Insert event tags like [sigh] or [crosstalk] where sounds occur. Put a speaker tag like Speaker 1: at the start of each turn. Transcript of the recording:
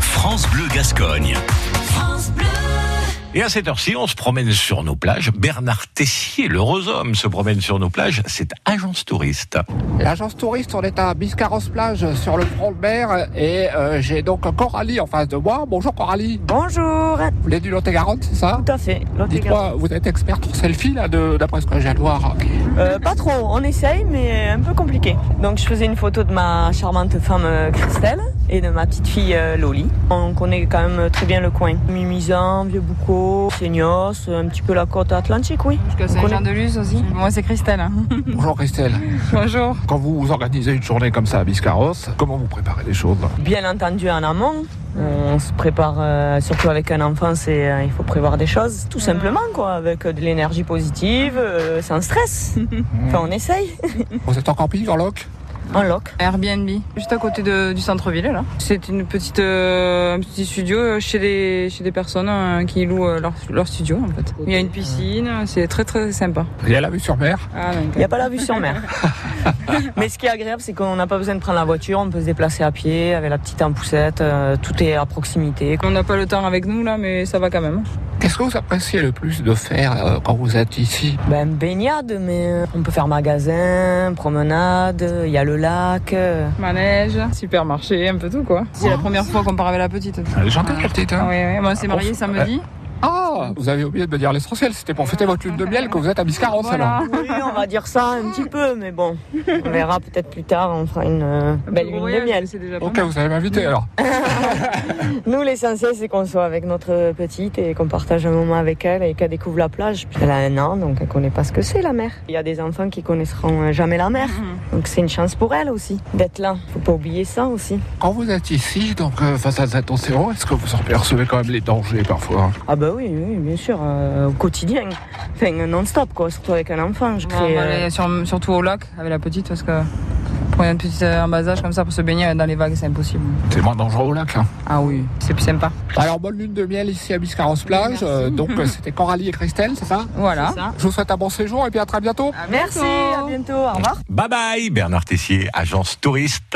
Speaker 1: France Bleu Gascogne.
Speaker 2: France Bleu.
Speaker 3: Et à cette heure-ci, on se promène sur nos plages. Bernard Tessier, l'heureux homme, se promène sur nos plages. C'est agence touriste.
Speaker 4: L'agence touriste, on est à Biscarros-Plage sur le front de mer et euh, j'ai donc Coralie en face de moi. Bonjour Coralie,
Speaker 5: Bonjour,
Speaker 4: vous venez du Lot-et-Garonne, c'est ça
Speaker 5: tout à fait. l'autre
Speaker 4: Dites-moi, vous êtes experte pour selfie là, de- d'après ce que j'ai à le voir.
Speaker 5: garçon. Euh, pas trop, on essaye, mais un peu compliqué. Donc je faisais une photo de ma charmante femme euh, Christelle et de ma petite fille euh, Loli. On connaît quand même très bien le coin. Mimizan, Vieux Boucau, Seignos, un petit peu la côte atlantique, oui.
Speaker 6: Jusqu'à Saint-Jean-de-Luz aussi. Moi, c'est Christelle.
Speaker 4: Bonjour Christelle.
Speaker 6: [laughs] Bonjour.
Speaker 4: Quand vous organisez une journée comme ça à Biscarros, comment vous préparez les choses
Speaker 5: Bien entendu en amont. On se prépare, euh, surtout avec un enfant, c'est euh, il faut prévoir des choses, tout simplement, quoi, avec euh, de l'énergie positive, euh, sans stress. Enfin, on essaye.
Speaker 4: Vous êtes en camping, en loc
Speaker 5: En loc.
Speaker 6: Airbnb, juste à côté de- du centre-ville, là. C'est une petite, euh, un petit studio euh, chez des, chez des personnes euh, qui louent euh, leur, leur studio, en fait. Il y a une piscine, euh, c'est très, très sympa.
Speaker 4: Il y a la vue sur mer
Speaker 6: Ah,
Speaker 5: Il n'y a pas la vue sur mer. Mais ce qui est agréable, c'est qu'on n'a pas besoin de prendre la voiture, on peut se déplacer à pied avec la petite en poussette, euh, tout est à proximité.
Speaker 6: on n'a pas le temps avec nous, là, mais ça va quand même.
Speaker 4: Qu'est-ce que vous appréciez le plus de faire euh, quand vous êtes ici
Speaker 5: Ben, baignade, mais euh, on peut faire magasin, promenade, euh, il y a le lac. euh.
Speaker 6: Manège, supermarché, un peu tout, quoi. C'est la première fois qu'on part avec la petite.
Speaker 4: J'entends la petite.
Speaker 6: Ah,
Speaker 4: hein.
Speaker 6: oui, oui. Moi, on s'est
Speaker 4: Ah, bon,
Speaker 6: mariés samedi.
Speaker 4: Ah, vous avez oublié de me dire l'essentiel. C'était pour fêter votre lune de miel que vous êtes à Biscarros alors.
Speaker 6: Voilà.
Speaker 5: Oui, on va dire ça un petit peu, mais bon, on verra peut-être plus tard, on fera une euh, belle lune de
Speaker 6: Voyage,
Speaker 5: miel.
Speaker 6: C'est déjà pas
Speaker 4: Ok,
Speaker 6: mal.
Speaker 4: vous allez m'inviter alors.
Speaker 5: Nous, l'essentiel, c'est qu'on soit avec notre petite et qu'on partage un moment avec elle et qu'elle découvre la plage. Elle a un an, donc elle connaît pas ce que c'est la mer. Il y a des enfants qui connaîtront euh, jamais la mer,
Speaker 4: Mhm.
Speaker 5: donc c'est une chance pour elle aussi d'être là. Faut pas oublier ça aussi.
Speaker 4: Quand vous êtes ici, donc euh, face à cet océan, est-ce que vous en percevez quand même les dangers parfois
Speaker 5: Ah bah oui, oui, bien sûr, euh, au quotidien, enfin non-stop quoi, surtout avec un enfant. Je
Speaker 6: Non, on
Speaker 5: crée,
Speaker 6: va
Speaker 5: euh,
Speaker 6: aller sur- surtout au lac avec la petite parce que pour une petite euh, en bas âge comme ça pour se baigner dans les vagues c'est impossible.
Speaker 4: C'est moins dangereux au lac. hein.
Speaker 6: Ah oui, c'est plus sympa.
Speaker 4: Alors bonne lune de miel ici à Biscarros Plage. Euh, donc euh, c'était Coralie et Christelle, c'est ça
Speaker 6: Voilà.
Speaker 4: Je vous souhaite un bon séjour et puis à très bientôt.
Speaker 5: Merci, à bientôt, au revoir.
Speaker 3: Bye bye, Bernard Tessier, agence touriste.